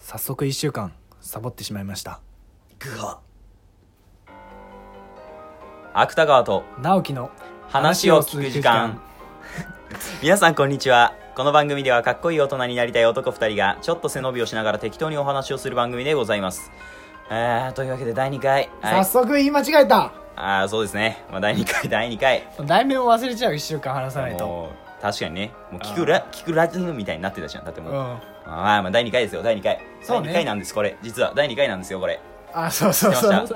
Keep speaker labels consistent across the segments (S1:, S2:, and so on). S1: 早速1週間サボってしまいました
S2: ぐわ芥川と
S1: 直樹の
S2: 話を聞く時間 皆さんこんにちはこの番組ではかっこいい大人になりたい男2人がちょっと背伸びをしながら適当にお話をする番組でございますえー、というわけで第2回、は
S1: 早
S2: い、
S1: 速言い間違えた
S2: ああそうですね、まあ、第2回第2回
S1: 題名を忘れちゃう1週間話さないと
S2: もう確かにねもう聞くら聞くラジオみたいになってたじゃんだって
S1: う
S2: もう、
S1: ん
S2: あーまあ第2回ですよ第2回
S1: そうね
S2: 第2回なんですこれ実は第2回なんです よこれ
S1: あそうそう
S2: 知って
S1: そ
S2: ま
S1: う
S2: し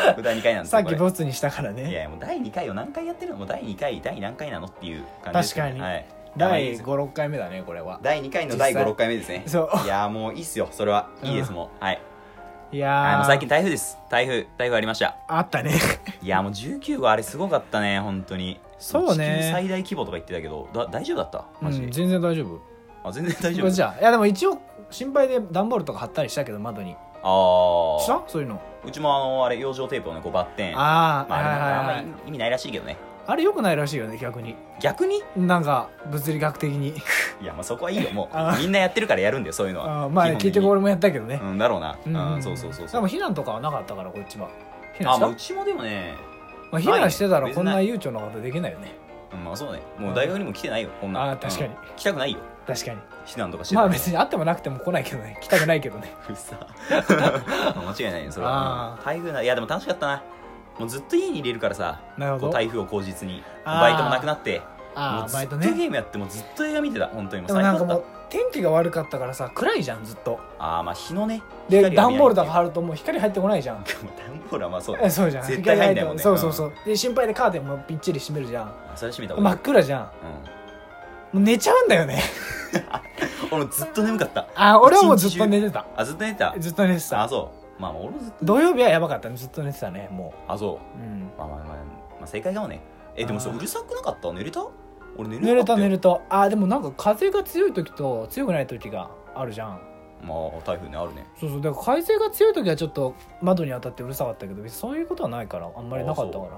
S2: 第2回なんです
S1: さ
S2: よ
S1: っ
S2: こ
S1: き
S2: れ
S1: ボツにしたからね
S2: いやもう第2回を何回やってるのもう第2回第何回なのっていう感じです
S1: 確かに
S2: はい、
S1: 第56回目だねこれは
S2: 第2回の第
S1: 実際
S2: 56回目ですね
S1: そう
S2: いやーもういいっすよそれは
S1: うん
S2: いいですもうはい
S1: い
S2: あ
S1: や
S2: の
S1: ー
S2: 最近台風です台風台風ありました
S1: あったね
S2: いやーもう19号あれすごかったね本当に
S1: そうね
S2: 地球最大規模とか言ってたけどだ大丈夫だった
S1: う
S2: マジで、
S1: ん全然大丈夫
S2: あ全然大丈
S1: こ
S2: 夫
S1: れじゃあいやでも一応心配で段ボールとか貼ったりしたけど窓に
S2: ああ
S1: し
S2: ー
S1: たそういうの
S2: うちもあのあれ養生テープをねこうバッテン
S1: あー
S2: まあ、
S1: は
S2: あ
S1: いはいはい
S2: れなんかあんま意味ないらしいけどね
S1: あれ良くないらしいよね逆に
S2: 逆に
S1: なんか物理学的に
S2: いやまあそこはいいよも
S1: あ
S2: うみんなやってるからやるんだよそういうの
S1: あ
S2: は
S1: ーまあ
S2: 基本的に
S1: 結局俺もやったけどね
S2: うんだろうな、うん
S1: ん
S2: そうそうそう
S1: で
S2: そう
S1: も避難とかはなかったからこっちは避難
S2: あ
S1: し
S2: ま
S1: た
S2: あうちもでもね
S1: まあ、避難してた
S2: ない
S1: ら
S2: ね
S1: こんな悠長なことできないよね
S2: うんまあそうねもう大学にも来てないよこんな
S1: あー確かに
S2: うん来たくないよ
S1: 確かに
S2: 避難とかして
S1: ま
S2: た
S1: あ
S2: ら
S1: 別にあってもなくても来ないけどね 来たくないけどね
S2: うっさ間違いないねそれは
S1: あ
S2: うん台風ないやでも楽しかったなもうずっと家に入れるからさ
S1: なるほ
S2: こう
S1: ど
S2: 台風を口実に
S1: あー
S2: バイトもなくなっても
S1: あ
S2: う
S1: あ
S2: ず
S1: バ
S2: っ
S1: イ
S2: と
S1: ト
S2: ゲ
S1: ね
S2: ームやってもうずっと映画見てた本当にもう
S1: でも
S2: 最
S1: なん
S2: 高
S1: か
S2: だ
S1: も
S2: っ
S1: う天気が悪かったからさ暗いじゃんずっと
S2: たああまあ日のね
S1: で段ボール とか
S2: 貼
S1: 貼るともう光入ってこないじゃん
S2: 段ボールはまあそうだ
S1: え そうじゃん
S2: 絶対入んないもんね
S1: 光入ってこそうそうそうで心配でカーテンもぴっちり閉めるじゃん
S2: あそれ閉めた方
S1: 真
S2: がいい
S1: っ暗じゃんも
S2: うん
S1: う寝ちゃうんだよね
S2: 俺もずっと眠かった
S1: あ俺はもうずっと寝てた
S2: あずっと寝てた
S1: ずっと寝て
S2: あ
S1: た
S2: そうまあ俺もずっと
S1: 土曜日はやばかったねずっと寝てたねも
S2: あそう
S1: う、うん、
S2: まあまあまあ、まあ、正解かもねえでもそ
S1: あ
S2: れ
S1: ー
S2: うるさくなかった寝れた俺寝れ
S1: 寝
S2: な
S1: れ
S2: か
S1: た
S2: った
S1: 寝
S2: よ
S1: れたあでもなんか風が強い時と強くない時があるじゃん
S2: まあ台風ねあるね
S1: そうそうだから風が強い時はちょっと窓に当たってうるさかったけど別にそういうことはないからあんまりなかったから
S2: ま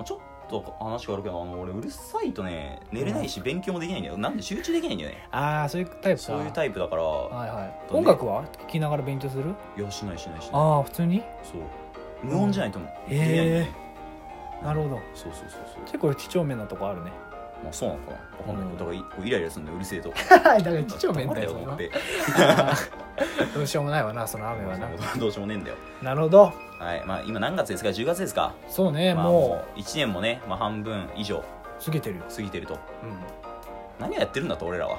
S2: あちょっと話があるけどあの俺うるさいとね寝れないし勉強もできないんだよなんで集中できないんだよね
S1: ああーそういうタイプか
S2: そういうタイプだから
S1: はいはい
S2: とね
S1: 音楽は聴きながら勉強する
S2: いやしないしないしない
S1: ああ普通に
S2: そう無音じゃないとも
S1: うん
S2: できないんだよね
S1: なるほど
S2: そうそうそうそう
S1: 結構几帳面なとこあるね
S2: まあそうなのかなわかんないけどだからいこうイライラするんだようるせえと
S1: だから几
S2: 黙れよと思って
S1: どうしようもないわなその雨はな
S2: どうしようもねえんだよ
S1: なるほど
S2: はいまあ今何月ですか10月ですか
S1: そうね
S2: まあ
S1: も
S2: う1年もね、まあ、半分以上
S1: う過ぎてるよ、
S2: 過ぎてると
S1: うん、
S2: 何をやってるんだと俺らは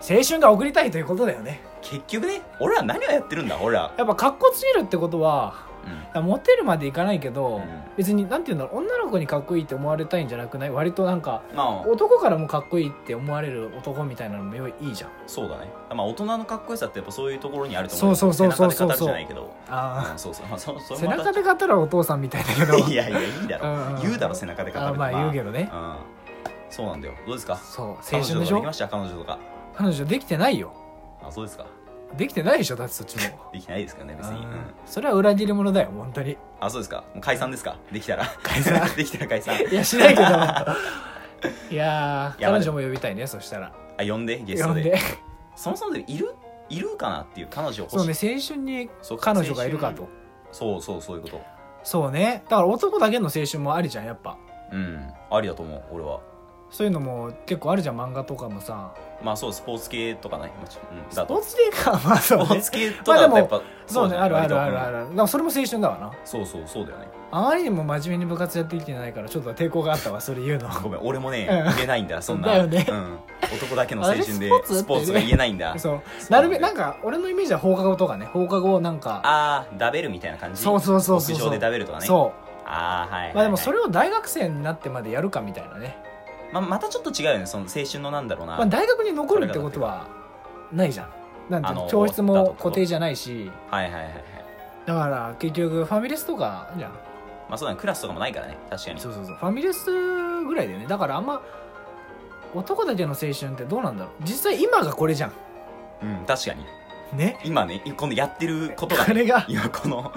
S1: 青春が送りたいということだよね
S2: 結局ね俺ら何をやってるんだ俺ら
S1: やっぱかっこつけるってことは
S2: うん
S1: モテるまでいかないけど、
S2: うん
S1: 別になんて言うんだろう女の子にかっこいいって思われたいんじゃなくない割となんか
S2: まあ
S1: 男からもかっこいいって思われる男みたいなのもよいいいじゃん
S2: そうだねまあ大人のかっこよさってやっぱそういうところにあると思う
S1: そうそうそうそうそ
S2: 背
S1: う
S2: 中で語るじゃないけどう
S1: あ
S2: んそうそうまあそ
S1: あ
S2: そ れ
S1: 背
S2: もま
S1: 中
S2: た
S1: で語ったらお父さんみたいだけど
S2: いやいやいいだ
S1: うんう
S2: ろ
S1: ん
S2: 言うだろ背中で語る
S1: あまあ言うけどね
S2: うんそうなんだよどうですか
S1: そう青
S2: 彼
S1: 春
S2: 女
S1: で
S2: と
S1: し
S2: かで
S1: ょ
S2: きました彼女とか
S1: 彼女できてないよ
S2: あそうですか
S1: できてないでしょだってそっちも
S2: できないですか ね別にう
S1: あ
S2: ん
S1: ーそれは裏切り者だよ本当に
S2: あそうですかもう解散ですかできたら
S1: 解散
S2: できたら解散
S1: いやし ないけどいやー
S2: いやまあ
S1: 彼女も呼びたいねそしたら
S2: あ呼んでゲス
S1: 呼
S2: ト
S1: ん
S2: で
S1: で
S2: そもそもでもいるいるかなっていう彼女欲しい
S1: そうね青春に
S2: そう
S1: 彼女がいるか
S2: 青
S1: と
S2: そうそうそういうこと
S1: そうねだから男だけの青春もありじゃんやっぱ
S2: うんありだと思う俺は
S1: そういうのも結構あるじゃん漫画とかもさ
S2: まあそうスポーツ系とかねもちろん、うん、
S1: ス
S2: だ
S1: ポー
S2: と
S1: ツデーかまあ
S2: ス
S1: そ
S2: ポ
S1: う
S2: ー
S1: ね
S2: ツ系とかだとやっぱ、
S1: そうね
S2: じゃん
S1: あるあるあ
S2: 割
S1: る
S2: と
S1: あるあるだからそれも青春だわな
S2: うんそうそうそうだよね
S1: あまりにも真面目に部活やってきてないからちょっと抵抗があったわそれ 言うの
S2: ごめん俺もね
S1: うん
S2: 言えないんだそんな
S1: だよね
S2: うん、男だけの青春で
S1: あれスポーツってね
S2: スポーツが言えないんだ
S1: そう
S2: そう
S1: なるべなんか俺のイメージは放課後とかね放課後なんか
S2: ああダベルみたいな感じ
S1: そうそうそうそう
S2: 屋上で食べるとかね
S1: そ
S2: ああはい、はいう
S1: まあでもそ
S2: れ、
S1: れを大学生になってまでやるかみたいなね
S2: まあ、またちょっと違うよねその青春のなんだろうな、
S1: まあ大学に残るってことはないじゃんなんていう
S2: あ
S1: の
S2: の
S1: 教室も固定じゃないし
S2: はいはいはいはい
S1: だから結局ファミレスとかじゃん
S2: まあそうだねクラスとかもないからね確かに
S1: そうそうそうファミレスぐらいだよねだからあんま男だけの青春ってどうなんだろう実際今がこれじゃ
S2: うん確かに
S1: んね
S2: 今ねこのやってることが、
S1: こ
S2: ね、
S1: れが
S2: 今 この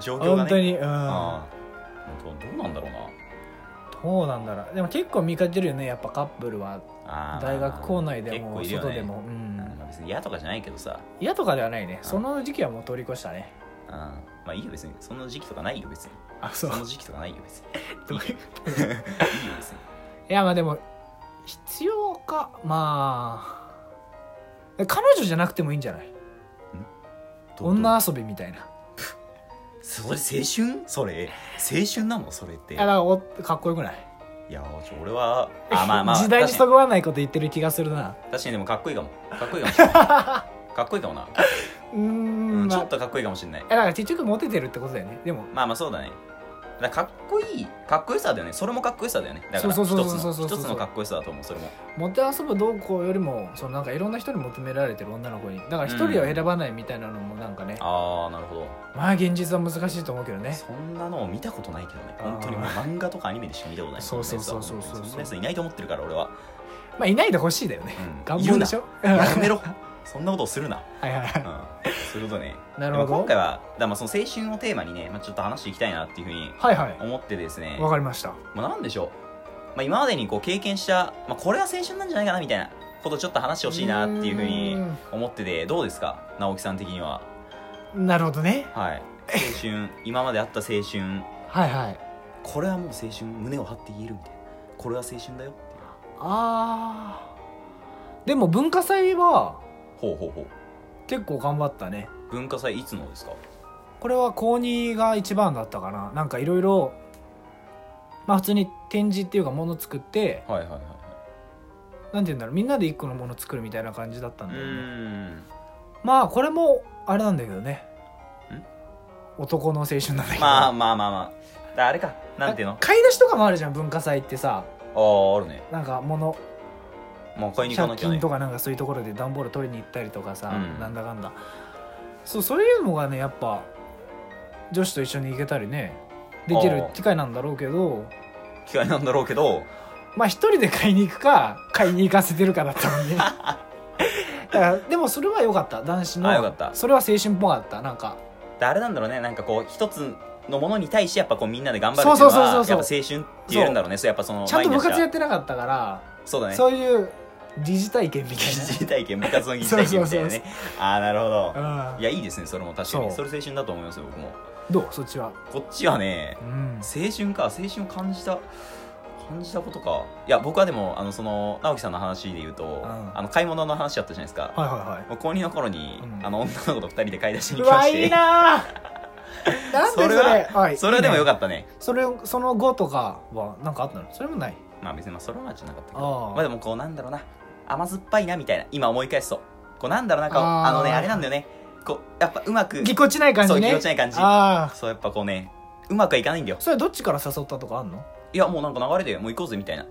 S2: 状況が
S1: 本
S2: ね
S1: 当にうん
S2: ああ本当どうなんだろうな
S1: どうなんだろうでも結構見かけるよねやっぱカップルは
S2: あー
S1: 大学校内で
S2: 結構
S1: も
S2: いるよ
S1: 外
S2: ね
S1: でもう
S2: うん
S1: ん
S2: まあ別に嫌とかじゃないけどさ、
S1: 嫌とかではないねその時期はもう通り越したね
S2: うん、まあいいよ別にその時期とかないよ別に
S1: あそ
S2: そうの時期とかないよ別に
S1: どういう
S2: いいよ別に
S1: いやまあでも必要かまあ彼女じゃなくてもいいんじゃない
S2: どうどう
S1: 女遊びみたいな
S2: それ青春それ青春なのそれって
S1: いやだからおかっこよくない
S2: いやちょ俺はあまあまあ
S1: 時代に
S2: 確
S1: そ
S2: かに
S1: ぐわないこと言ってる気がするな
S2: 確かにでもかっこいいかもかっこいいかもしれ ないかっこいいかもな、
S1: うーん
S2: うん、ち
S1: ま
S2: ょ
S1: あ
S2: っとかっこいいかもしれない
S1: えだから結局モテてるってことだよねでも
S2: まあまあそうだねだからかっこいいかっこよさだよねそれもかっこよさだよねだから
S1: そ
S2: 一
S1: う
S2: つ
S1: そうそうそう
S2: の
S1: そうそう
S2: 一つのかっこよさだと思うそれも
S1: モテ遊ぶどうこうよりもそのなんかいろんな人に求められてる女の子にだから一人を選ばないみたいなのもなんかね、
S2: ああなるほど
S1: まあ現実は難しいと思うけどね
S2: そんなの見たことないけどね
S1: あー
S2: 本当にもう漫画とかアニメでしか見たことない
S1: そうそう
S2: そんなやつは
S1: そうそうそうそう
S2: そんなやついないと思ってるから俺は、
S1: まあいないでほしいだよね
S2: うん
S1: 願望でしょ
S2: 言うな
S1: は
S2: やめろそんなことをするな、
S1: いはい
S2: うん
S1: は、
S2: そういうことね
S1: いなる
S2: でも
S1: ほ
S2: 今
S1: ど
S2: 回はだからまあその青春をテーマにね、まあ、ちょっと話していきたいなっていうふうに
S1: はいは
S2: 思ってですね
S1: いわかりました
S2: もうなんでしょう、まあ、今までにこう経験した、まあ、これは青春なんじゃないかなみたいなことちょっと話してほしいなっていうふうに
S1: うー
S2: 思っててどうですか直樹さん的には
S1: なるほどね
S2: はい青春今まであった青春
S1: はいはい
S2: これはもう青春胸を張って言えるみたいなこれは青春だよっていう
S1: あーでも文化祭は
S2: ほうほうほう
S1: 結構頑張ったね
S2: 文化祭いつのですか
S1: これは高2が一番だったかななんかいろいろまあ普通に展示っていうかもの作って
S2: はいはいはい
S1: なんて言うんだろうみんなで一個のもの作るみたいな感じだったん
S2: う
S1: だよね
S2: ーん
S1: まあこれもあれなんだけどね
S2: ん
S1: 男の青春なんだけど
S2: まあまあまあまあだあれかなんていうの
S1: 買い出しとかもあるじゃん文化祭ってさ
S2: あああるね
S1: なんか物
S2: まあ買いに行かな
S1: 借
S2: きゃね
S1: 金とかなんかそういうところで段ボール取りに行ったりとかさ、
S2: うん
S1: なんだかんだそうそういうのがねやっぱ女子と一緒に行けたりねできる
S2: あー
S1: 機会なんだろうけど
S2: 機会なんだろうけど
S1: まあ一人で買いに行く か買いに行かせてるかだったもんねだからでもそれは良かった男子の
S2: あ良かった
S1: それは青春っぽかったなんか
S2: であれなんだろうねなんかこう一つのものに対してやっぱこうみんなで頑張るっていうの
S1: そうそうそう
S2: は
S1: そ
S2: や
S1: う
S2: っぱ青春って言えるんだろうねそうやっぱその
S1: ちゃんと部活やっ
S2: って
S1: なかったから、
S2: そうだね
S1: そういう疑似体験みたい
S2: 疑似体験部活の疑似体験みたい
S1: そ
S2: な
S1: うそう
S2: ねああなるほど
S1: な、うん、
S2: いやいいですねそれも確かに
S1: そ
S2: そうれ青春だと思いますよ僕も
S1: どうそっちは
S2: こっちはね
S1: うん
S2: 青春か青春を感じた感じたことかいや僕はでもあのその直樹さんの話で言うと、
S1: ん
S2: あの買い物の話だったじゃないですか、
S1: はいは
S2: もう高2の頃に、
S1: うん
S2: あの女の子と2人で買い出し
S1: いはいう
S2: に来ま
S1: わ
S2: して
S1: いいな ーなんでそれ
S2: それは
S1: は
S2: それはでもよ
S1: かっ
S2: かったね
S1: たそれその後とかはなんかあったのそれもない
S2: まあ別にまあそれまでじゃなかったけど
S1: ああ
S2: まあでもこうなんだろうな甘酸っぱいなみたいな今思い返すとこうなんだろうなんか
S1: あー
S2: あのねあれなんだよねこうやっぱうまく
S1: ぎこちない感じ
S2: そう
S1: ね
S2: ぎこちない感じ
S1: ああ
S2: そうやっぱこうねうまくはいかないんだよ
S1: それどっちから誘ったとかあんの
S2: いやもうなんか流れでもう行こうぜみたいな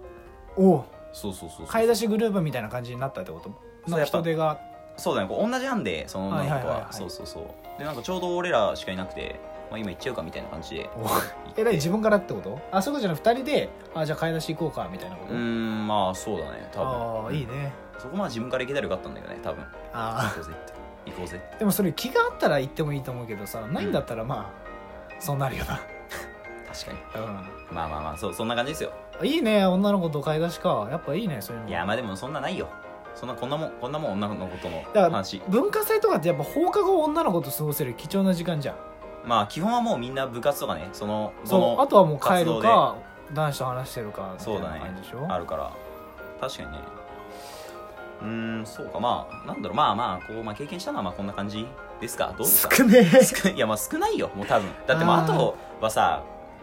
S1: おお
S2: そうそうそうそう
S1: 買い出しグループみたいな感じになったってこと
S2: そ
S1: な
S2: う
S1: んか
S2: やっぱ
S1: 人手が
S2: そうだねこう同じ班でその女の子は,、
S1: はいはいはいはい
S2: そうそうそうでなんかちょうど俺らしかいなくて、まあ、今行っちゃうかみたいな感じで
S1: おえらい自分からってことあそういうことじゃなく2人であじゃあ買い出し行こうかみたいなこ
S2: う
S1: と、
S2: ーんまあそうだね多分
S1: ああいいね
S2: そこまで自分から行けたらよかったんだけどね多分行
S1: あ
S2: こうぜって行こうぜ
S1: あでもそれ気があったら行ってもいいと思うけどさないんだったらまあそうなるよな
S2: 確かにまあまあまあそうそんな感じですよ
S1: うんいいね女の子と買い出しかやっぱいいねそういうの
S2: いやまあでもそんなないよそんなこんなもんこんなもん女の子との
S1: だから
S2: 話
S1: 文化祭とかってやっぱ放課後女の子と過ごせる貴重な時間じゃん
S2: まあ基本はもうみんな部活とかねそのそ
S1: そう
S2: の
S1: あとはもう帰るか男子と話してるかみた
S2: そう
S1: い
S2: だ
S1: な
S2: ね
S1: 感じでしょ
S2: あるから確かにねうーんそうかまあなんだろうまあまあこう、まあ、経験したのはまあこんな感じですかどうですか
S1: 少ねえ
S2: 少 ないいやまあ少ないよもう多分だってもう
S1: あー
S2: あとはさ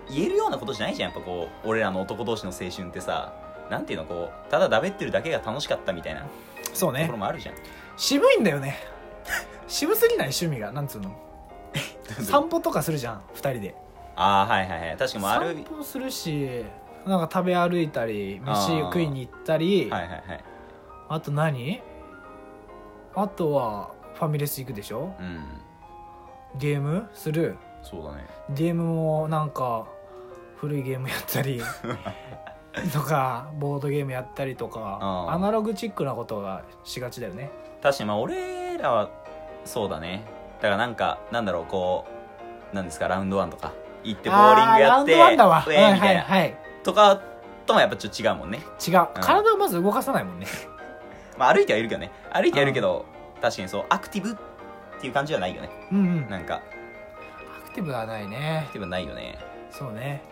S2: 言えるようなことじゃないじゃんやっぱこう俺らの男同士の青春ってさなんていうのこうただだべってるだけが楽しかったみたいなと
S1: そう
S2: こ
S1: ね
S2: ろもあるじゃん、
S1: 渋いんだよね 渋すぎない趣味がなんつうの散歩とかするじゃん2人で
S2: ああはいはいはい確かにもうある
S1: 散歩するしなんか食べ歩いたり
S2: あ
S1: 飯
S2: ー
S1: 食いに行ったり
S2: はいはいはい
S1: あと何あとはファミレス行くでしょ
S2: うん
S1: ゲームする
S2: そうだね
S1: ゲームもなんか古いゲームやった りとかボードゲームやったりとか
S2: あー
S1: アナログチックなことがしがちだよね
S2: 確かにまあ俺らはそうだねだからなんかなんだろうこうなんですかラウンドワンとか行ってボーリングやって
S1: あーラウンドワンだわ、
S2: ウェー
S1: うん
S2: みた
S1: はいい
S2: な、
S1: はい
S2: とかともやっぱちょっと違うもんね、
S1: 違う、体をまず動かさないもんね
S2: まあ、歩いてはいるけどね歩いてはいるけど確かにそうアクティブっていう感じはないよね
S1: うんうん
S2: なんか
S1: アクティブはない
S2: ア
S1: ね
S2: クティブはないよね
S1: そうね